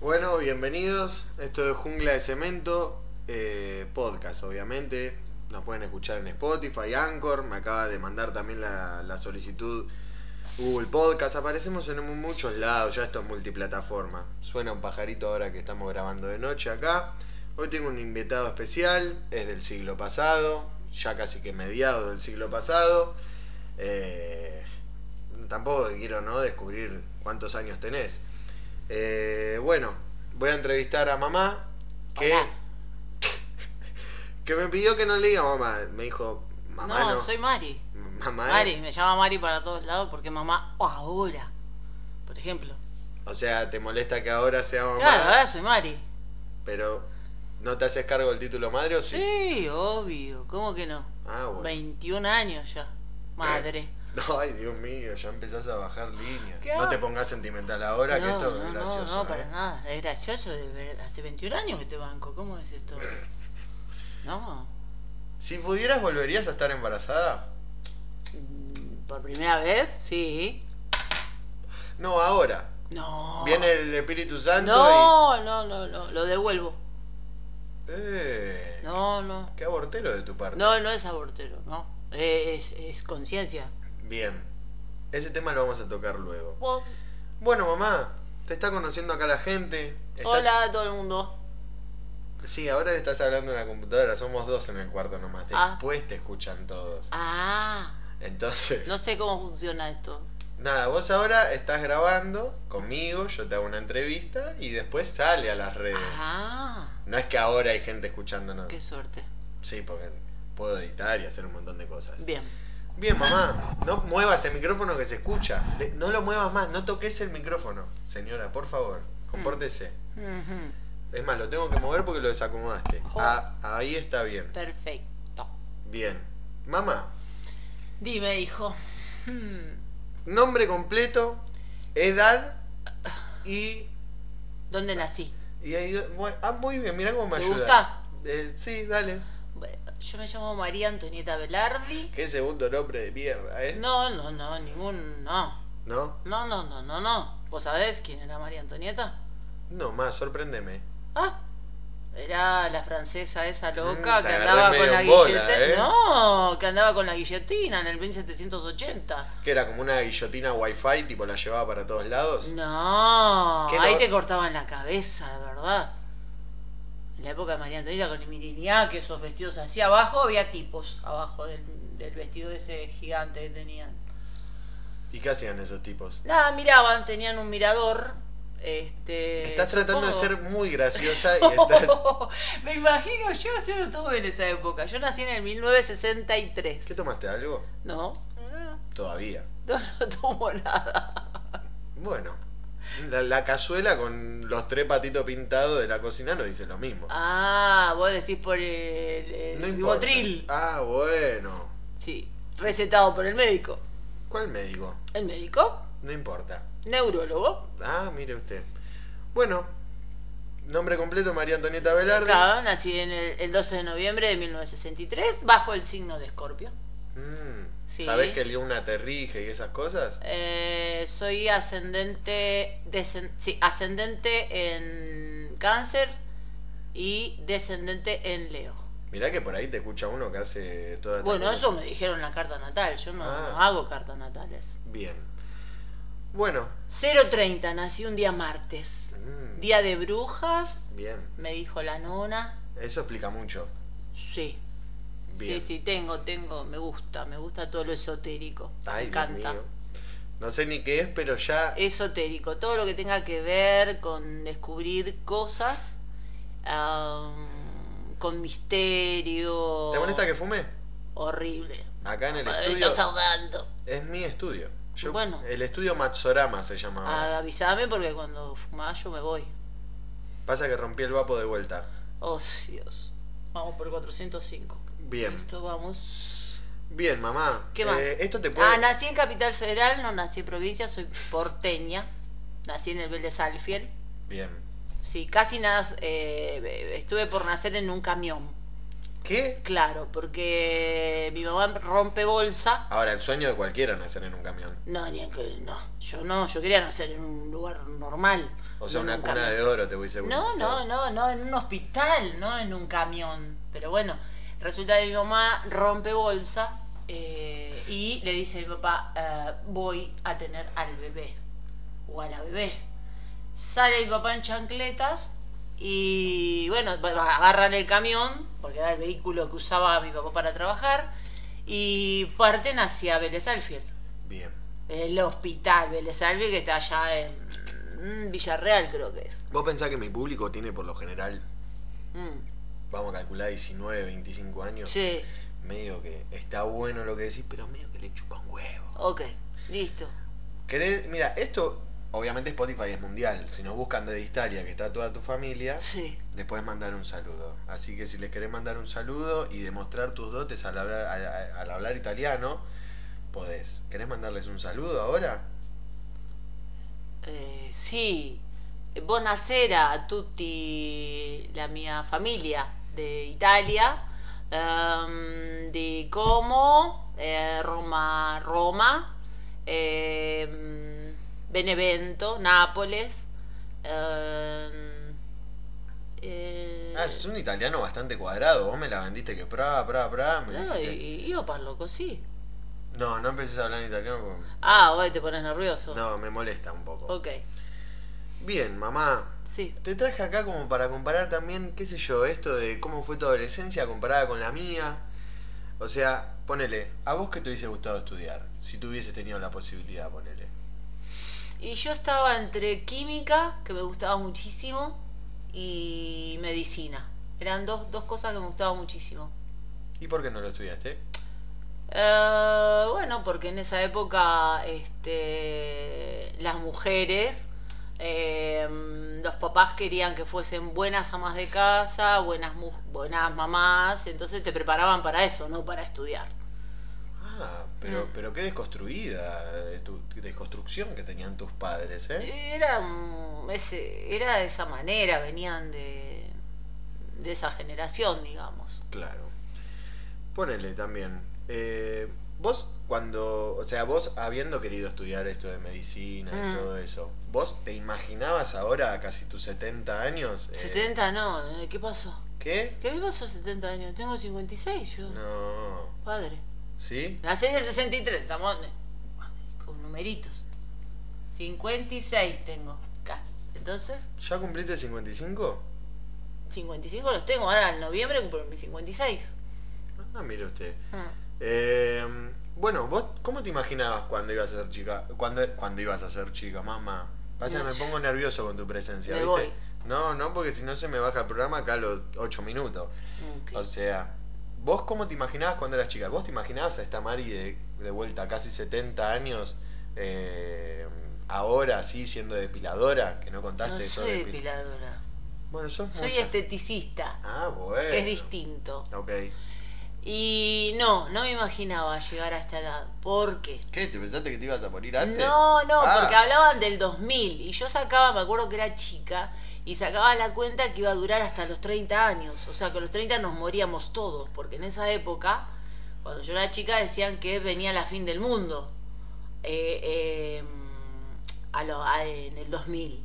Bueno, bienvenidos. Esto es Jungla de Cemento, eh, podcast, obviamente. Nos pueden escuchar en Spotify, Anchor. Me acaba de mandar también la, la solicitud Google Uh, Podcast. Aparecemos en mu- muchos lados, ya esto es multiplataforma. Suena un pajarito ahora que estamos grabando de noche acá. Hoy tengo un invitado especial, es del siglo pasado, ya casi que mediados del siglo pasado. Eh, tampoco quiero no descubrir cuántos años tenés. Eh, bueno, voy a entrevistar a mamá que, Hola. que me pidió que no le diga mamá. Me dijo, mamá no. no, soy Mari. mamá. Mari, me llama Mari para todos lados porque mamá ahora, por ejemplo. O sea, te molesta que ahora sea mamá. Claro, ahora soy Mari. Pero, ¿no te haces cargo del título madre o sí? Sí, obvio, ¿cómo que no? Ah, bueno. 21 años ya, madre. Ay, Dios mío, ya empezás a bajar línea. ¿Qué No te hago? pongas sentimental ahora, que esto no, es no, gracioso. no, ¿eh? para nada, es gracioso de verdad. Hace 21 años que te banco, ¿cómo es esto? No, Si pudieras, ¿volverías a estar embarazada? Mm, por primera vez, sí. No, ahora. No. Viene el Espíritu Santo Oh. No, no, no, no, lo devuelvo. y... Eh, No, no. Qué abortero de tu parte. No, no es abortero, no. Eh, Es, es conciencia. Bien. Ese tema lo vamos a tocar luego. Wow. Bueno, mamá, te está conociendo acá la gente. Estás- Hola a todo el mundo. Sí, ahora le estás hablando a la computadora. Somos dos en el cuarto nomás. Ah. Después te escuchan todos. Ah, Entonces... no sé cómo funciona esto. Nada, vos ahora estás grabando conmigo, yo te hago una entrevista y después sale a las redes. Ah, No es que ahora hay gente escuchándonos. qué suerte. Sí, porque puedo editar y hacer un montón de cosas. Bien. Bien, mamá, no muevas el micrófono que se escucha. De- no lo muevas más, no toques el micrófono. Señora, por favor, Mm. compórtese. Ujú, Es más, lo tengo que mover porque lo desacomodaste. Ojo. Ah, ahí está bien. Perfecto. Bien. Mamá, Dime, hijo. Hmm, nombre completo, edad y ¿Dónde nací? Y ahí, bueno, ah, muy bien, mirá cómo me ¿Te ayudas. gusta? Eh, sí, dale. Bueno, Yo me llamo María Antonieta Velardi. Qué segundo nombre de mierda, ¿eh? No, no, no, ningún. No. ¿No? No, no, no, no, no. ¿Vos sabés quién era María Antonieta? No, más, sorpréndeme. Ah, era la francesa esa Mm, loca te que agarré andaba medio con la en bola, guillotina. ¿eh? No, que andaba con la guillotina en el 1780. Que era como una guillotina wifi, tipo la llevaba para todos lados. No, ¿Qué ahí no? te cortaban la cabeza, de verdad. En la época de María Antonieta con el mirinía, que esos vestidos así abajo, había tipos abajo del, del vestido ese gigante que tenían. ¿Y qué hacían esos tipos? Nada, miraban, tenían un mirador. Este, estás tratando de ser supongo. muy graciosa y estás. Me imagino, yo siempre estuve en esa época. Yo nací en el 1963. ¿Qué tomaste algo? No, no, Todavía. no, no tomo nada. Bueno. La, la cazuela con los tres patitos pintados de la cocina no dice lo mismo. Ah, vos decís por el, el no importa. ribotril. Ah, bueno. Sí, recetado por el médico. ¿Cuál médico? El médico, No importa. neurólogo. Ah, mire usted. Bueno, nombre completo María Antonieta Velarde. Claro, nací en el, el 12 de noviembre de 1963 bajo el signo de Escorpio. Mm, Sí. ¿Sabés que Luna te rige y esas cosas? Eh, soy ascendente, descen- sí, ascendente en cáncer y descendente en Leo. Mirá que por ahí te escucha uno que hace toda esta Bueno, cosa. eso me dijeron en la carta natal. Yo no, Ah. no hago cartas natales. Bien. Bueno. 030, nací un día martes. mm, Día de brujas, Bien. me dijo la nona. Eso explica mucho. Sí, Bien. sí, sí, tengo, tengo, me gusta, me gusta todo lo esotérico. Ay, Dios me encanta. Eh, mío. No sé ni qué es, pero ya. Esotérico, todo lo que tenga que ver con descubrir cosas, am, con misterio. ¿Te molesta que fume? Horrible. Acá en el Ay, estudio. eh, estás ahogando. Es mi estudio. Yo- Bueno. El estudio Matsorama se llama. ahora. Ah, avísame porque cuando fumás yo me voy. Pasa que rompí el vapo de vuelta. Oh, Dios. Vamos por 405. Bien. Listo, vamos. Bien, mamá. ¿Qué más? Eh, esto te puede. Ah, nací en Capital Federal, no nací en provincia, soy porteña. Nací en el Vélez Alfiel. Bien. Sí, casi nada. eh, estuve por nacer en un camión. ¿Qué? Claro, porque mi mamá rompe bolsa. Ahora, el sueño de cualquiera es nacer en un camión. No, ni en que- no, yo no, yo quería nacer en un lugar normal. O sea, No, una nunca cuna me- de oro, te voy seguro. No, no, no, no, en un hospital, no en un camión. Pero bueno, resulta que mi mamá rompe bolsa eh, y le dice a mi papá, eh, voy a tener al bebé o a la bebé. Sale mi papá en chancletas y bueno, va- va- agarran el camión, porque era el vehículo que usaba mi papá para trabajar, y parten hacia Vélez Alfiel Bien. el hospital Vélez Alfiel, que está allá en mm, Villarreal, creo que es. Vos pensás que mi público tiene por lo general, Mm, vamos a calcular 19, 25 años. Sí, Medio que está bueno lo que decís, pero medio que le chupa un huevo. ok, listo. ¿Querés? Mira, esto obviamente Spotify es mundial. Si nos buscan desde Italia, que está toda tu familia, Sí, les podés mandar un saludo. Así que si les querés mandar un saludo y demostrar tus dotes al hablar, al, al hablar italiano, podés. ¿Querés mandarles un saludo ahora? eh, sí. Buonasera a tutti la mia famiglia de Italia, ehm, di Como, eh, Roma, Roma ehm, Benevento, Nápoles. ehm, eh, Ah, es un italiano bastante cuadrado. Vos me la vendiste que pra, pra, pra. me No, dijiste- i- io parlo così. No, no empecés a hablar en italiano porque... Ah, hoy te pones nervioso. No, me molesta un poco. Ok, Bien, mamá. sí. Te traje acá como para comparar también, qué sé yo, esto de cómo fue tu adolescencia comparada con la mía. O sea, ponele, ¿a vos qué te hubiese gustado estudiar? Si tú hubieses tenido la posibilidad, ponele. Y yo estaba entre química, que me gustaba muchísimo, y medicina. Eran dos, dos cosas que me gustaban muchísimo. ¿Y por qué no lo estudiaste? Eh, bueno, porque en esa época este, las mujeres, eh, los papás querían que fuesen buenas amas de casa, buenas, mu- buenas mamás, entonces te preparaban para eso, no para estudiar. Ah, pero, Mm. pero qué desconstruida, eh, tu tu desconstrucción que tenían tus padres, ¿eh? Era, mm, ese, era de esa manera, venían de, de esa generación, digamos. Claro. Ponele también. eh, vos cuando, o sea, vos habiendo querido estudiar esto de medicina y Mm. todo eso, ¿vos te imaginabas ahora, a casi tus 70 años? eh, 70 no, eh, ¿qué pasó? ¿Qué? ¿Qué me pasó 70 años? Tengo 56 yo, No. padre. ¿Sí? Nací en el 63, estamos eh, con numeritos. 56 tengo, casi. Entonces, ¿Ya cumpliste 55? 55 los tengo, ahora en noviembre cumplo mis 56. Ah, mire usted. Mm. Eh, bueno, vos, ¿cómo te imaginabas cuando ibas a ser chica? Cuando, cuando ibas a ser chica, mamá. Pasa que me No. pongo nervioso con tu presencia, Me ¿viste? voy. No, no, porque si no se me baja el programa acá a los 8 minutos. Ok. O sea, ¿vos cómo te imaginabas cuando eras chica? ¿Vos te imaginabas a esta Mari de, de vuelta a casi 70 años, eh, ahora sí siendo depiladora? Que no contaste No eso soy depiladora, Bueno, sos soy mucha. esteticista, Ah, bueno. que es distinto. Ok. Y no, no me imaginaba llegar a esta edad. ¿Por qué? ¿Qué? ¿Te pensaste que te ibas a morir antes? No, no, Ah. porque hablaban del 2000 y yo sacaba, me acuerdo que era chica, y sacaba la cuenta que iba a durar hasta los 30 años. O sea, que a los 30 nos moríamos todos, porque en esa época, cuando yo era chica, decían que venía la fin del mundo eh, eh, a lo- a- en el 2000.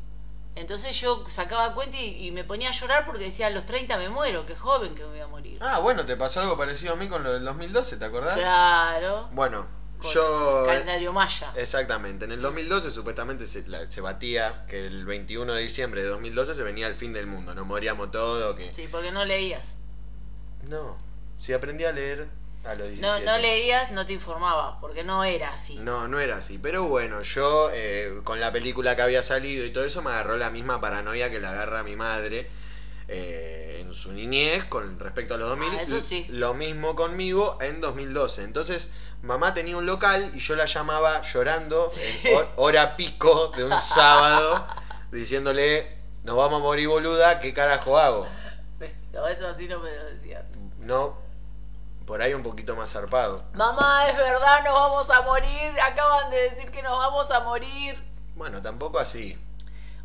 Entonces yo sacaba cuenta y, y me ponía a llorar porque decía, a los 30 me muero, qué joven que me voy a morir. Ah, bueno, te pasó algo parecido a mí con lo del 2012, ¿te acordás? Claro. Bueno, Con yo... Calendario maya. Eh. Exactamente, en el 2012 supuestamente se, la- se batía que el 21 de diciembre de 2012 se venía el fin del mundo, nos moríamos todos, que... Sí, porque no leías. No, si aprendí a leer a los 17. No, no leías, no te informaba, porque no era así. No, no era así, pero bueno, yo eh, con la película que había salido y todo eso me agarró la misma paranoia que la agarra mi madre eh, en su niñez con respecto a los 2000. Ah, eso sí. Lo mismo conmigo en 2012. Entonces, mamá tenía un local y yo la llamaba llorando en hor- hora pico de un sábado diciéndole, nos vamos a morir boluda, ¿qué carajo hago? No, eso así no me lo decías. No, por ahí un poquito más zarpado. Mamá, es verdad, nos vamos a morir. Acaban de decir que nos vamos a morir. Bueno, tampoco así.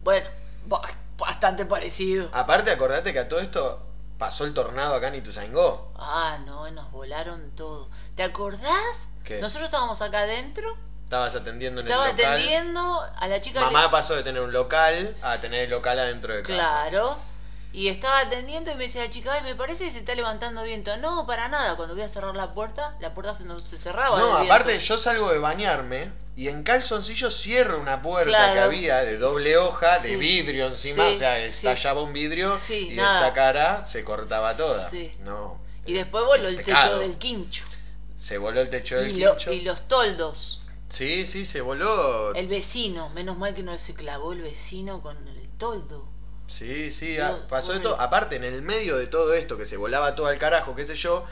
Bueno, ba- bastante parecido. Aparte, acordate que a todo esto pasó el tornado acá en Ituzaingó. Ah, no, nos volaron todo. ¿Te acordás? ¿Qué? Nosotros estábamos acá adentro Estabas atendiendo en Estaba el local. atendiendo a la chica. Mamá que... pasó de tener un local a tener el local adentro de casa. Claro. Y estaba atendiendo y me dice la chica, ay, me parece que se está levantando viento. No, para nada. Cuando voy a cerrar la puerta, la puerta se, no, se cerraba. No, del viento. aparte yo salgo de bañarme y en calzoncillo cierro una puerta que Claro. había de doble hoja, de Sí. vidrio encima, Sí, o sea, sí. estallaba un vidrio Sí, y nada. esta cara se cortaba toda. Sí. No. Y después voló Es el pecado. techo del quincho. Se voló el techo del Y, lo- quincho. y los toldos. Sí, sí, se voló. El vecino. Menos mal que no se clavó el vecino con el toldo. Sí, sí, Dios, ah, pasó bueno. esto. Aparte, en el medio de todo esto, que se volaba todo al carajo, qué sé yo,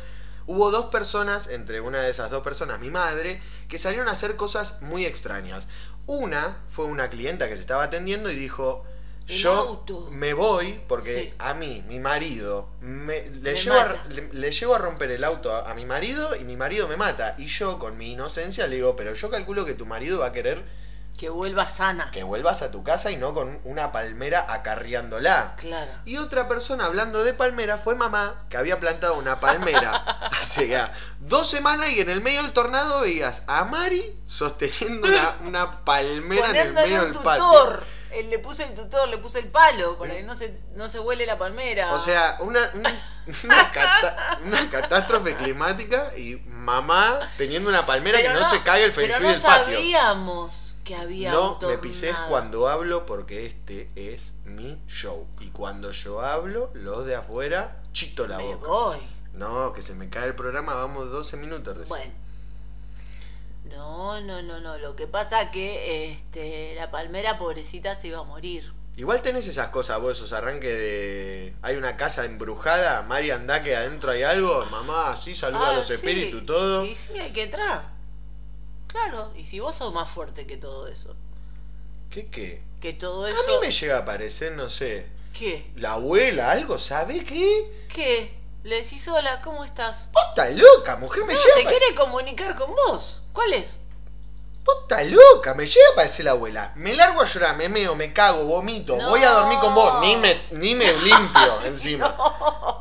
hubo dos personas, entre una de esas dos personas, mi madre, que salieron a hacer cosas muy extrañas. Una fue una clienta que se estaba atendiendo y dijo, El yo auto". me voy porque Sí. a mí, mi marido, me- le, Me llevo a, mata. le, le llevo a romper el auto a, a mi marido y mi marido me mata. Y yo, con mi inocencia, le digo, pero yo calculo que tu marido va a querer Que vuelva sana. que vuelvas a tu casa y no con una palmera acarreándola. Claro. Y otra persona hablando de palmera fue mamá, que había plantado una palmera hace ya dos semanas y en el medio del tornado veías a Mari sosteniendo una, una palmera en el Poniéndole medio un del patio. ¿Eh? tutor. Él le puse el tutor, le puse el palo para que no se, no se huele la palmera. O sea, una, un- una, cata- una catástrofe climática y mamá teniendo una palmera Pero que no, se caiga el feng Pero shui no del patio. sabíamos que había No un me pises tornado. cuando hablo porque este es mi show. Y cuando yo hablo, los de afuera chito la Me boca. voy. No, que se me cae el programa, vamos 12 minutos recién. Bueno. No, no, no, no. Lo que pasa que este, la palmera pobrecita se iba a morir. Igual tenés esas cosas, vos, esos arranques de. Hay una casa embrujada, Mari andá que adentro hay algo, mamá, sí, saluda Ah, a los sí. espíritus, todo. Y sí, hay que entrar. Claro. Y si vos sos más fuerte que todo eso. ¿Qué qué? Que todo A eso... mí me llega a parecer, no sé, ¿Qué? la abuela, algo, ¿sabe qué? ¿Qué? Le decís hola, ¿cómo estás? Vos estás loca, mujer, Oh, me No, lleva. se pa- quiere comunicar con vos. ¿Cuál es? Vos estás loca, me llega a parecer la abuela. Me largo a llorar, me meo, me cago, vomito, No. voy a dormir con vos, ni me, ni me limpio encima.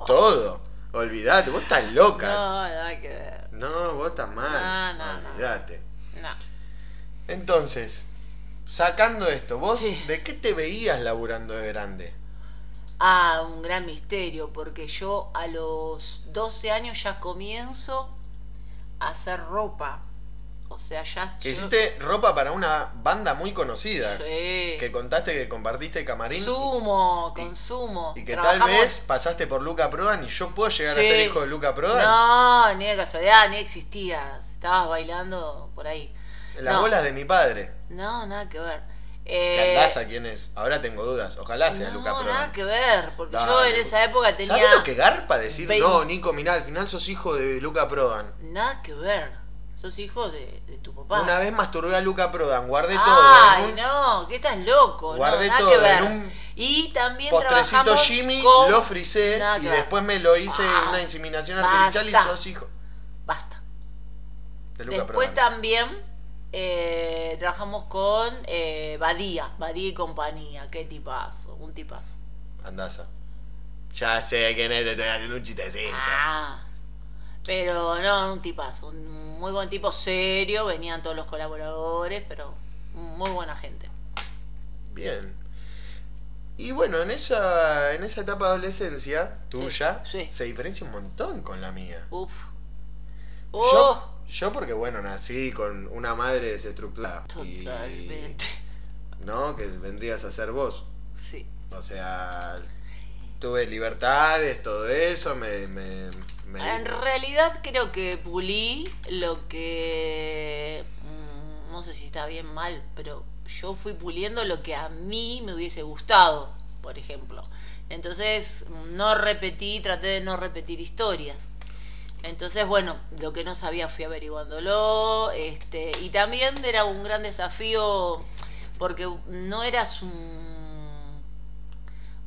Todo. Olvidate, vos estás loca. No, nada que ver. No, vos estás mal. No, no, no. Olvídate. No. Entonces, sacando esto, ¿vos Sí. de qué te veías laburando de grande? Ah, un gran misterio, porque yo a los 12 años ya comienzo a hacer ropa. O sea, ya... Que yo- hiciste ropa para una banda muy conocida. Sí. Que contaste que compartiste camarín. Sumo, y- consumo. Y que tal Trabajamos- vez pasaste por Luca Prodan y yo puedo llegar a Sí. ser hijo de Luca Prodan. No, ni de casualidad, ni existía. Estabas bailando por ahí. Las no. bolas de mi padre. No, nada que ver. Que Eh, andás a quién es. Ahora tengo dudas. Ojalá sea no, Luca Prodan. nada que ver, porque yo Dale. en esa época tenía... ¿Sabés lo que garpa decir? vein- No, Nico, mirá, al final sos hijo de Luca Prodan. Nada que ver. Sos hijo de, de tu papá. Una vez masturbé a Luca Prodan, guardé Ay, todo. en un- no, que estás loco. no, Guardé nada todo que ver. en un Y también Postrecito trabajamos Jimmy, con... lo frisé Nada y que ver. después me lo hice en Ah, una inseminación basta. artificial y sos hijo Basta. de Luca Después Prodan. también eh, trabajamos con eh, Badía, Badía y compañía. Qué tipazo, un tipazo. Andaza. Ya sé quién es, te estoy haciendo un chistecito. Ah, pero no, un tipazo, un muy buen tipo, serio. Venían todos los colaboradores, pero muy buena gente. Bien. Y bueno, en esa, en esa etapa de adolescencia tuya sí. se diferencia un montón con la mía. Uf. Uf. Yo, yo porque bueno, nací con una madre desestructurada. y- Totalmente. ¿No? Que vendrías a ser vos. Sí. O sea, tuve libertades, todo eso, me... me, me- Ah, En realidad creo que pulí lo que... mm, No sé si está bien mal, pero yo fui puliendo lo que a mí me hubiese gustado, por ejemplo. Entonces no repetí, traté de no repetir historias. Entonces, bueno, lo que no sabía fui averiguándolo. Este, y también era un gran desafío porque no eras un,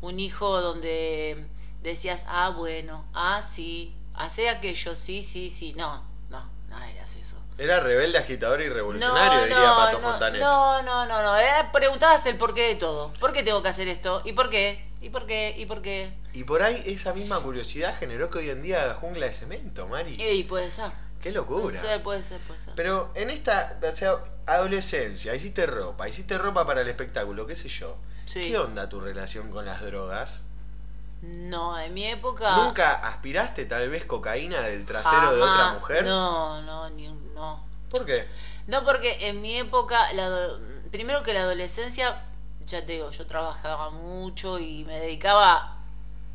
un hijo donde decías, ah, bueno, ah, sí, hace aquello, sí, sí, sí. No, no, no eras eso. Era rebelde, agitador y revolucionario, diría Pato no, Fontanet. No, no, no, no. Eh, preguntabas el porqué de todo. ¿Por qué tengo que hacer esto? ¿Y por qué? ¿Y por qué? ¿Y por qué? Y por ahí esa misma curiosidad generó que hoy en día haga jungla de cemento, Mari. Y puede ser. Qué Puede locura. ser, puede ser, puede ser. Pero en esta, o sea, adolescencia, hiciste ropa, hiciste ropa para el espectáculo, qué sé yo. Sí. ¿Qué onda tu relación con las drogas? No, en mi época. ¿Nunca aspiraste tal vez cocaína del trasero de otra Ah. jamás. mujer? No, no, ni un- no. ¿Por qué? No, porque en mi época, la ado- primero que la adolescencia, ya te digo, yo trabajaba mucho y me dedicaba.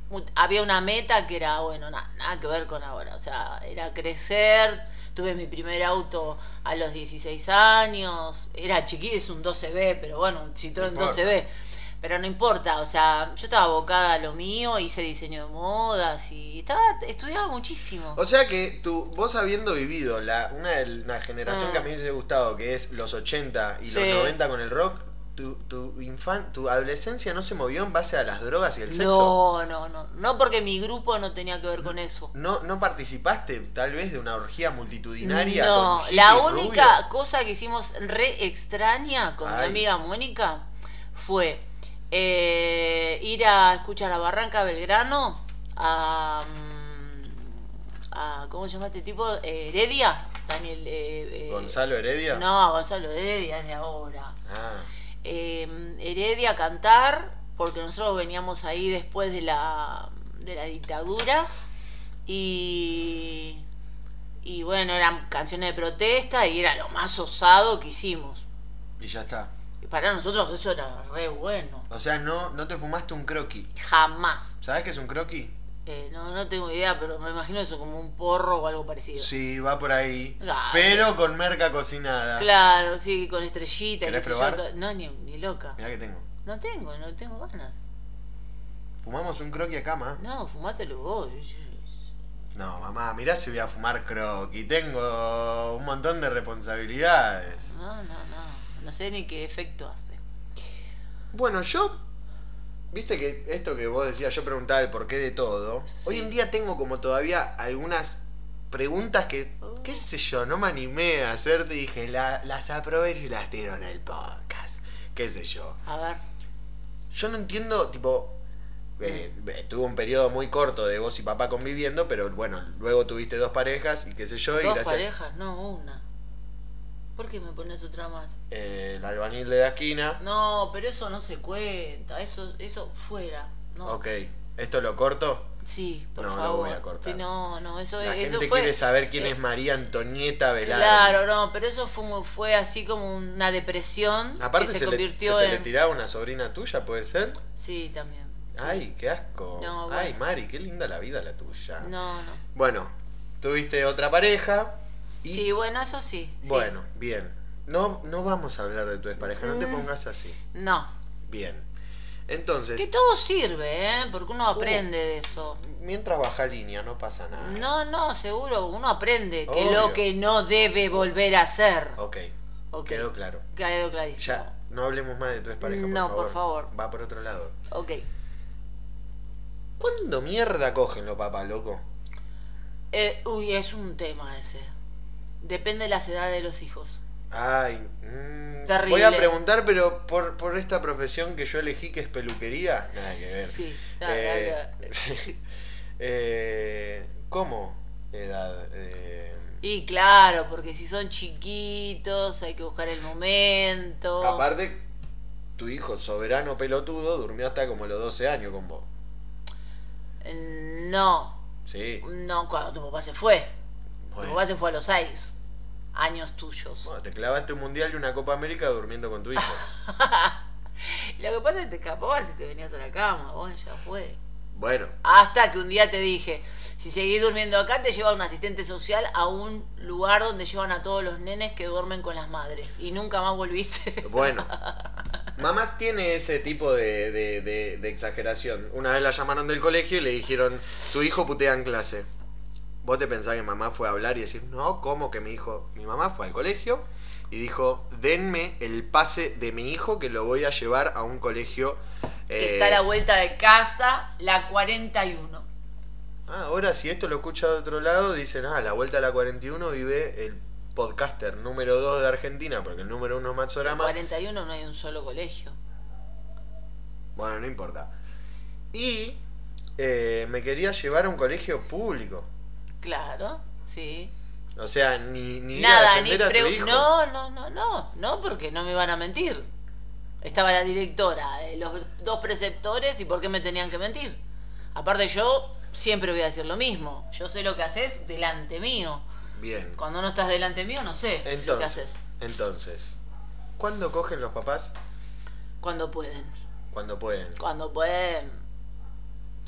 mu- Había una meta que era, bueno, na- nada que ver con ahora. O sea, era crecer. Tuve mi primer auto a los 16 años. Era chiquito, es un 12B, pero bueno, un Citroën importa. 12B. Pero no importa, o sea, yo estaba abocada a lo mío, hice diseño de modas y estaba estudiaba muchísimo. O sea que tú, vos habiendo vivido la, una, de- una generación Mm. que a mí me ha gustado, que es los 80 y Sí. los 90 con el rock, tu, tu, infan- tu adolescencia no se movió en base a las drogas y el sexo. No, no, no. No porque mi grupo no tenía que ver con eso. No, no participaste tal vez de una orgía multitudinaria. No, con la hippies única rubios? cosa que hicimos re extraña con mi Ay. amiga Mónica fue eh, ir a escuchar a Barranca Belgrano, a, mm, a- ¿cómo se llama este tipo? Eh, Heredia, Daniel. eh, eh, Gonzalo Heredia. No, a Gonzalo Heredia es de ahora. Ah, eh, Heredia a cantar, porque nosotros veníamos ahí después de la, de la dictadura. Y, y bueno, eran canciones de protesta y era lo más osado que hicimos. y ya está. Y para nosotros eso era re bueno. O sea, no, no te fumaste un croqui. Jamás. ¿Sabes qué es un croqui? Eh, no, no tengo idea, pero me imagino eso como un porro o algo parecido. Sí, va por ahí. Dale. Pero con merca cocinada. Claro, sí, con estrellita. y ¿Querés qué sé yo. probar? No, ni, ni loca. Mirá que tengo. No tengo, no tengo ganas. ¿Fumamos un croqui a cama? No, fumátelo vos. No, mamá, mirá si voy a fumar croqui. Tengo un montón de responsabilidades. No, no, no. No sé ni qué efecto hace. Bueno, yo. Viste que esto que vos decías, yo preguntaba el porqué de todo. Sí. Hoy en día tengo como todavía algunas preguntas que, qué sé yo, no me animé a hacerte y dije, la- las aprovecho y las tiro en el podcast. Qué sé yo. A ver. Yo no entiendo, tipo. eh, eh, tuve un periodo muy corto de vos y papá conviviendo, pero bueno, luego tuviste dos parejas y qué sé yo, y Dos gracias. parejas, no una. ¿Por qué me pones otra más? eh, el albañil de la esquina. No, pero eso no se cuenta. Eso, eso fuera. No. Ok, ¿esto lo corto? Sí, por No, lo favor. voy a cortar. Sí, no, no, eso, La eso gente fue. quiere saber quién eh, es María Antonieta Velarde. Claro, no, pero eso fue, muy- fue así como una depresión Aparte que se, se, le, convirtió se te en. le tiraba una sobrina tuya, ¿puede ser? Sí, también. sí. Ay, qué asco. No, Ay, bueno. Mari, qué linda la vida la tuya. No, no. Bueno, tuviste otra pareja y... Sí, bueno, eso sí. sí. Bueno, bien. No, no vamos a hablar de tu pareja, no te Mm. pongas así. No. Bien. Entonces, Que todo sirve, ¿eh? Porque uno aprende de eso. mientras baja línea, no pasa nada. No, no, seguro, uno aprende que Obvio. lo que no debe volver a hacer. Ok, Ok, quedó claro. quedó clarísimo. Ya, no hablemos más de tu pareja, No, por favor. Va por otro lado. Ok. ¿Cuándo mierda cogen los papás, loco? Eh, uy, es un tema ese. Depende de las edades de los hijos. Ay, mm, Terrible. voy a preguntar, pero por, por esta profesión que yo elegí, que es peluquería, nada que ver. Sí, nada, Eh, nada que ver. eh, ¿Cómo edad? Eh, Y claro, porque si son chiquitos hay que buscar el momento. Aparte, tu hijo soberano pelotudo durmió hasta como los 12 años con vos. Eh, No, Sí. no, cuando tu papá se fue. Tu Bueno, papá se fue a los seis años tuyos. Bueno, te clavaste un mundial y una Copa América durmiendo con tu hijo. Ah. Lo que pasa es que te escapabas y te venías a la cama, bueno, ya fue. bueno, Hasta que un día te dije, si seguís durmiendo acá, te lleva un asistente social a un lugar donde llevan a todos los nenes que duermen con las madres. Y nunca más volviste. Bueno. Mamás tiene ese tipo de, de- de- de exageración. Una vez la llamaron del colegio y le dijeron, tu hijo putea en clase. Vos te pensás que mamá fue a hablar y decir, no, ¿cómo que mi hijo? Mi mamá fue al colegio y dijo, denme el pase de mi hijo que lo voy a llevar a un colegio... Que eh, está a la vuelta de casa, la 41. Ah, ahora si esto lo escucha de otro lado, dicen, ah, la vuelta a la 41 vive el podcaster número 2 de Argentina, porque el número 1 es Matsorama. 41 no hay un solo colegio. Bueno, no importa. Y eh, me quería llevar a un colegio público. Claro, sí. O sea, ni, ni ir a Nada, ni defender a tu pregu- hijo. No, no, no, no, no, porque no me van a mentir. Estaba la directora, eh, los dos preceptores y por qué me tenían que mentir. Aparte yo siempre voy a decir lo mismo. Yo sé lo que haces delante mío. Bien. Cuando no estás delante mío, no sé lo que Entonces, haces. entonces, ¿cuándo cogen los papás? Cuando pueden. Cuando pueden. Cuando pueden.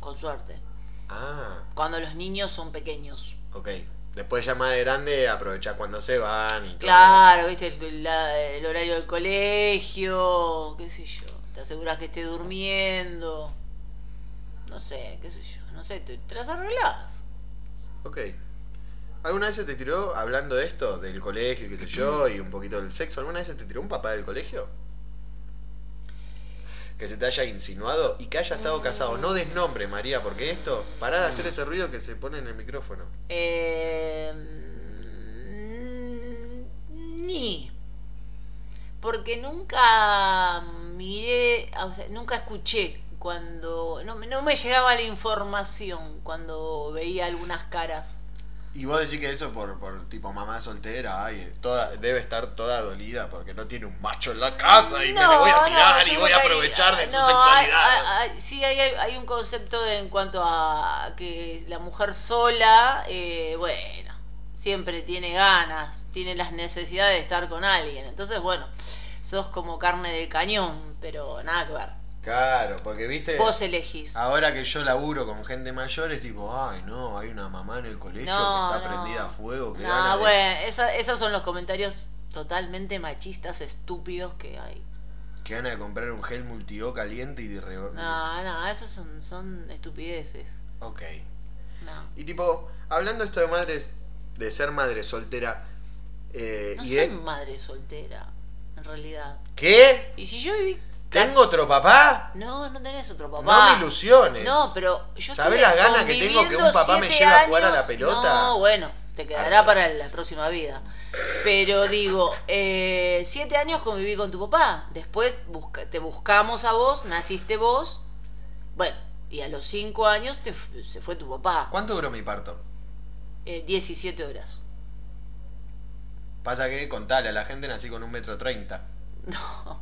Con suerte. Ah, Cuando los niños son pequeños. ok. Después ya más de grande aprovechás cuando se van y todo Claro, viste el, la- el horario del colegio, qué sé yo. Te aseguras que esté durmiendo. No sé, qué sé yo. No sé, te, te las arreglás. eso. Ok. ¿Alguna vez se te tiró, hablando de esto, del colegio y qué sé yo, y un poquito del sexo, ¿alguna vez se te tiró un papá del colegio? Que se te haya insinuado y que haya estado casado. No des nombre, María, porque esto, pará de hacer ese ruido que se pone en el micrófono. Eh, mm, ni. Porque nunca miré, o sea, nunca escuché cuando. No, me- no me llegaba la información cuando veía algunas caras. Y vos decís que eso por, por tipo mamá soltera, ay, toda, debe estar toda dolida porque no tiene un macho en la casa y me le voy a No, tirar no, y yo voy a creo que- aprovechar de no, su hay- sexualidad. hay- hay- sí, hay, hay un concepto de- en cuanto a que la mujer sola, eh, bueno, siempre tiene ganas, tiene las necesidades de estar con alguien. Entonces, bueno, sos como carne de cañón, pero nada que ver. Claro, porque viste, Vos elegís. ahora que yo laburo con gente mayor es tipo, ay no, hay una mamá en el colegio No, que está no. prendida a fuego. Que gana No, de- bueno, esa- esos son los comentarios totalmente machistas, estúpidos que hay. Que gana de comprar un gel multió caliente y de re... No, no, esos son, son estupideces. Ok. No. Y tipo, hablando esto de madres, de ser madre soltera, eh, No y soy es- madre soltera, en realidad. ¿Qué? Y si yo viví. ¿Tengo otro papá? No, no tenés otro papá. No me ilusiones. No, pero yo ¿Sabés estuve las ganas que tengo que un papá me conviviendo siete lleve a jugar a la años? pelota? Ah, No, bueno, te quedará Arre. para la próxima vida. Pero digo, eh, siete años conviví con tu papá. Después busca- te buscamos a vos, naciste vos. Bueno, y a los cinco años te f- se fue tu papá. ¿Cuánto duró mi parto? Eh, 17 horas. Pasa que contale a la gente nací con un metro treinta. No.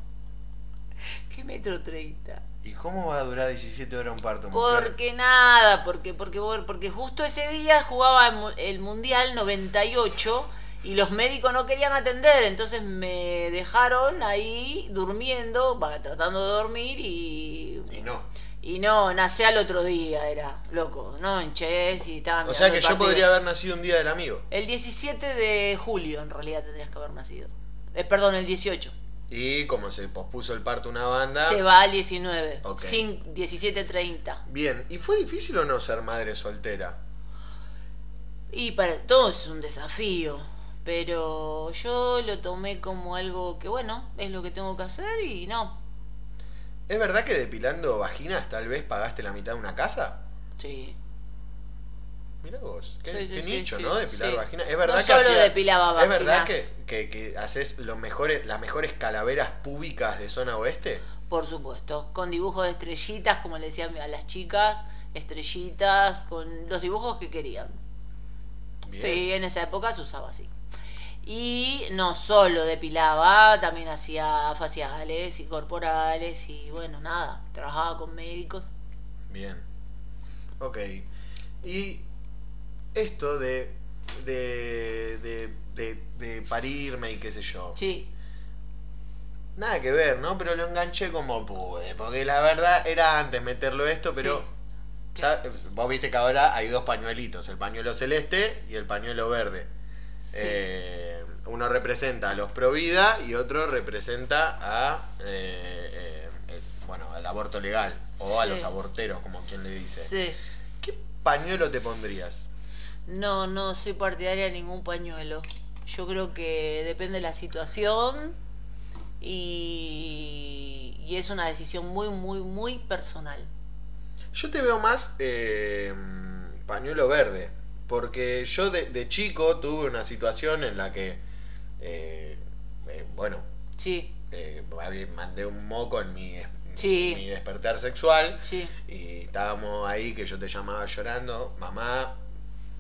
¿Qué metro treinta? ¿Y cómo va a durar 17 horas un parto, mujer? Porque nada, porque, porque, porque justo ese día jugaba el mu- el Mundial 98 y los médicos no querían atender, entonces me dejaron ahí durmiendo, va, tratando de dormir y... Y no. Y no, nací al otro día, era loco, no enches y estaba... O sea mirando que el yo partido. podría haber nacido un día del amigo. El 17 de julio en realidad tendrías que haber nacido. Eh, perdón, el 18. Y como se pospuso el parto una banda. Se va al 19. Ok. Cin- 17.30. Bien, ¿y fue difícil o no ser madre soltera? Y para todos es un desafío, pero yo lo tomé como algo que, bueno, es lo que tengo que hacer y no. ¿Es verdad que depilando vaginas tal vez pagaste la mitad de una casa? Sí. Mira vos, qué, Sí, sí, qué sí, nicho, sí, ¿no? Depilar sí. vaginas. Es verdad No que solo hacía- depilaba ¿Es verdad que, vaginas. que, que haces los mejores, las mejores calaveras públicas de zona oeste? Por supuesto, con dibujos de estrellitas, como le decía a las chicas, estrellitas, con los dibujos que querían. Bien. Sí, en esa época se usaba así. Y no solo depilaba, también hacía faciales y corporales y bueno, nada, trabajaba con médicos. Bien. Ok. Y esto de, de, de, de- de parirme y qué sé yo. Sí, Nada que ver, ¿no? Pero lo enganché como pude. Porque la verdad era antes meterlo esto, pero... Sí. ¿sabes? Vos viste que ahora hay dos pañuelitos. El pañuelo celeste y el pañuelo verde. sí. Eh, uno representa a los pro vida y otro representa a... eh, eh, eh, bueno, al aborto legal. O a Sí. los aborteros, como quien le dice. sí. ¿Qué pañuelo te pondrías? No, no soy partidaria de ningún pañuelo. Yo creo que depende de la situación y, y es una decisión muy, muy, muy personal. Yo te veo más eh, pañuelo verde, porque yo de, de chico tuve una situación en la que, eh, eh, bueno, Sí, eh, había- mandé un moco en mi, en Sí. mi despertar sexual sí. y estábamos ahí que yo te llamaba llorando, mamá,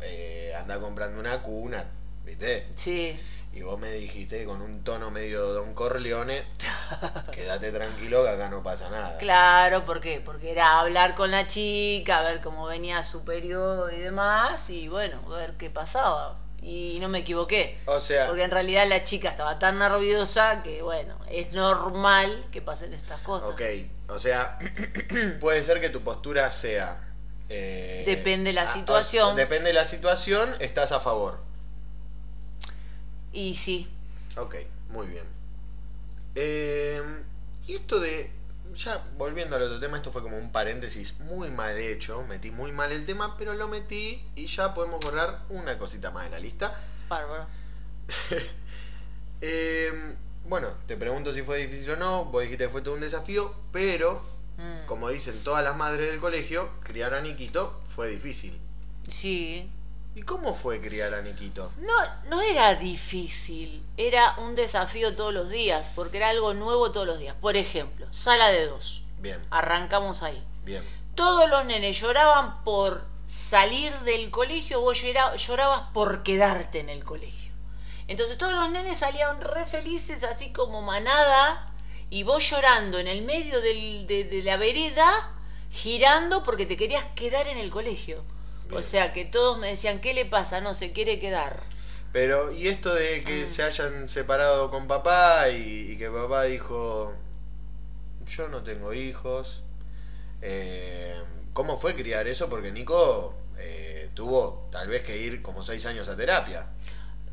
eh, anda comprando una cuna, ¿viste? Sí. Y vos me dijiste con un tono medio Don Corleone, quédate tranquilo que acá no pasa nada. Claro, ¿por qué? Porque era hablar con la chica, ver cómo venía su periodo y demás, y bueno, ver qué pasaba. Y no me equivoqué. O sea, Porque en realidad la chica estaba tan nerviosa que, bueno, es normal que pasen estas cosas. ok, o sea, puede ser que tu postura sea... eh, Depende la a- o- situación. depende de la situación, estás a favor. Y sí, Ok, muy bien. Eh, y esto de. Ya volviendo al otro tema, esto fue como un paréntesis muy mal hecho. Metí muy mal el tema, pero lo metí y ya podemos borrar una cosita más de la lista. bárbaro. Eh, bueno, te pregunto si fue difícil o no. Vos dijiste que fue todo un desafío, pero Mm. como dicen todas las madres del colegio, criar a Niquito fue difícil. Sí. ¿Y cómo fue criar a Niquito? No, no era difícil, era un desafío todos los días, porque era algo nuevo todos los días. Por ejemplo, sala de dos. Bien, Arrancamos ahí. bien. Todos los nenes lloraban por salir del colegio, vos llora- llorabas por quedarte en el colegio. Entonces todos los nenes salían re felices, así como manada, y vos llorando en el medio del- de, de la vereda, girando porque te querías quedar en el colegio. O Bien. sea que todos me decían, ¿qué le pasa? No, se quiere quedar. Pero, ¿y esto de que Mm. se hayan separado con papá y, y que papá dijo, yo no tengo hijos? eh, ¿Cómo fue criar eso? Porque Nico eh, tuvo tal vez que ir como seis años a terapia.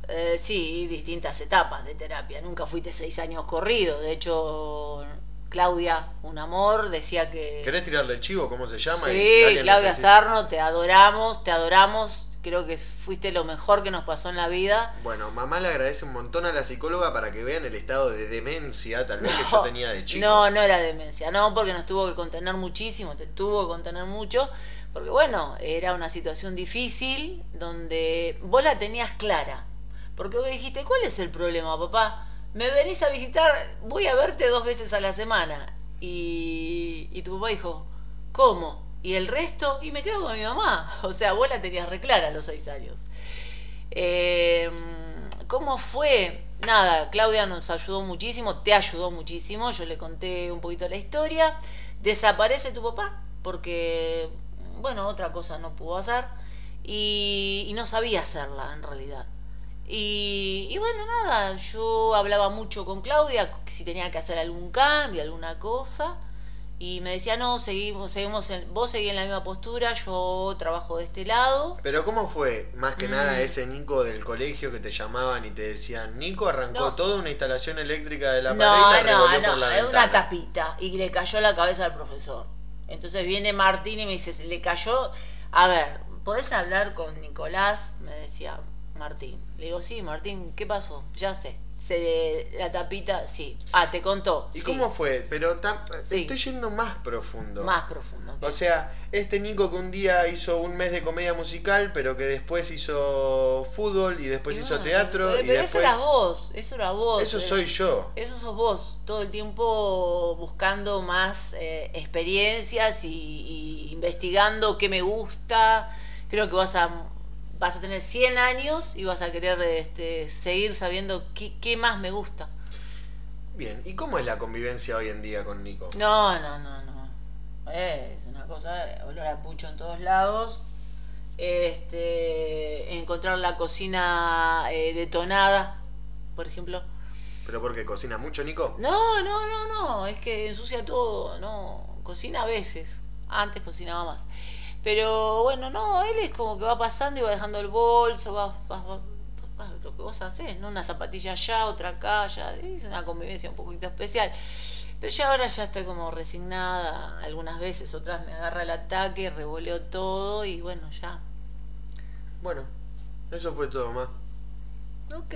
Eh, sí, distintas etapas de terapia. Nunca fuiste seis años corrido. De hecho, Claudia, un amor, decía que... ¿Querés tirarle el chivo? ¿Cómo se llama? Y si Sí, alguien Claudia necesi- Sarno, te adoramos, te adoramos. Creo que fuiste lo mejor que nos pasó en la vida. Bueno, mamá le agradece un montón a la psicóloga para que vean el estado de demencia tal vez que yo tenía de chico. No, no era demencia, no, porque nos tuvo que contener muchísimo, te tuvo que contener mucho, porque bueno, era una situación difícil donde vos la tenías clara, porque vos dijiste, ¿cuál es el problema, papá? Me venís a visitar, voy a verte dos veces a la semana. Y, y tu papá dijo, ¿cómo? ¿Y el resto? Y me quedo con mi mamá. O sea, vos la tenías re clara a los seis años. Eh, ¿Cómo fue? Nada, Claudia nos ayudó muchísimo, te ayudó muchísimo, yo le conté un poquito la historia. Desaparece tu papá porque, bueno, otra cosa no pudo hacer y, y no sabía hacerla en realidad. Y, y bueno, nada, yo hablaba mucho con Claudia si tenía que hacer algún cambio, alguna cosa. Y me decía, no, seguimos, seguimos en- vos seguís en la misma postura, yo trabajo de este lado. Pero ¿cómo fue más que Mm. nada ese Nico del colegio que te llamaban y te decían, Nico arrancó No. toda una instalación eléctrica de la pared No, y la no, revolvió por no, la es una ventana"? tapita y le cayó la cabeza al profesor. Entonces viene Martín y me dice, "Se le cayó, a ver, ¿podés hablar con Nicolás? Me decía Martín. Le digo, sí, Martín, ¿qué pasó? Ya sé. Se le- la tapita, sí. Ah, te contó. ¿Y sí. cómo fue? Pero ta- Sí. estoy yendo más profundo. Más profundo. O sea, este Nico que un día hizo un mes de comedia musical, pero que después hizo fútbol y después Y Pues hizo bueno, teatro Pero, y pero después... eso eras vos, eso era vos. Eso eh. soy yo. Eso sos vos, todo el tiempo buscando más eh, experiencias y, y investigando qué me gusta. Creo que vas a, vas a tener 100 años y vas a querer este, seguir sabiendo qué, qué más me gusta. Bien, ¿y cómo es la convivencia hoy en día con Nico? No, no, no, no. Eh, Es una cosa, eh, olor a pucho en todos lados. Este, encontrar la cocina eh, detonada, por ejemplo. ¿Pero porque cocina mucho Nico? No, no, no, no, es que ensucia todo, no, cocina a veces, antes cocinaba más. Pero bueno, no, él es como que va pasando y va dejando el bolso, va, va, va- va- lo que vos haces, ¿no? Una zapatilla allá, otra acá, ya, es una convivencia un poquito especial. Pero ya ahora ya estoy como resignada algunas veces, otras me agarra el ataque, revoleo todo y bueno, ya. Bueno, eso fue todo más. Ok.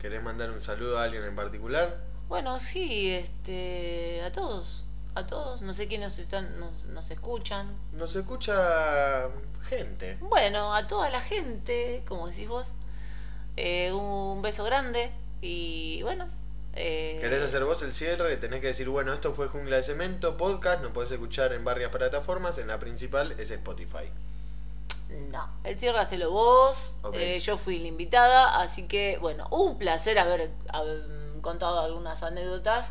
¿Querés mandar un saludo a alguien en particular? Bueno, sí, este, a todos, a todos, no sé quiénes están, nos, nos escuchan, Nos escucha gente. Bueno, a toda la gente, como decís vos, eh, un beso grande y bueno. eh, ¿Querés hacer vos el cierre? Tenés que decir, bueno, esto fue Jungla de Cemento, podcast, nos podés escuchar en varias plataformas, en la principal es Spotify. No, el cierre hacelo vos. Ok. eh, yo fui la invitada, así que bueno, un placer haber, haber contado algunas anécdotas.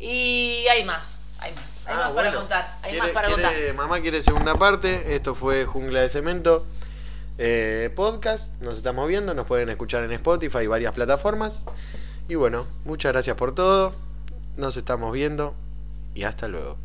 Y hay más, hay más, hay Ah, más para bueno. contar, hay Quiere- más para quiere- contar. Mamá quiere segunda parte. Esto fue Jungla de Cemento. eh, podcast. Nos estamos viendo. Nos pueden escuchar en Spotify y varias plataformas. Y bueno, muchas gracias por todo. Nos estamos viendo. Y hasta luego.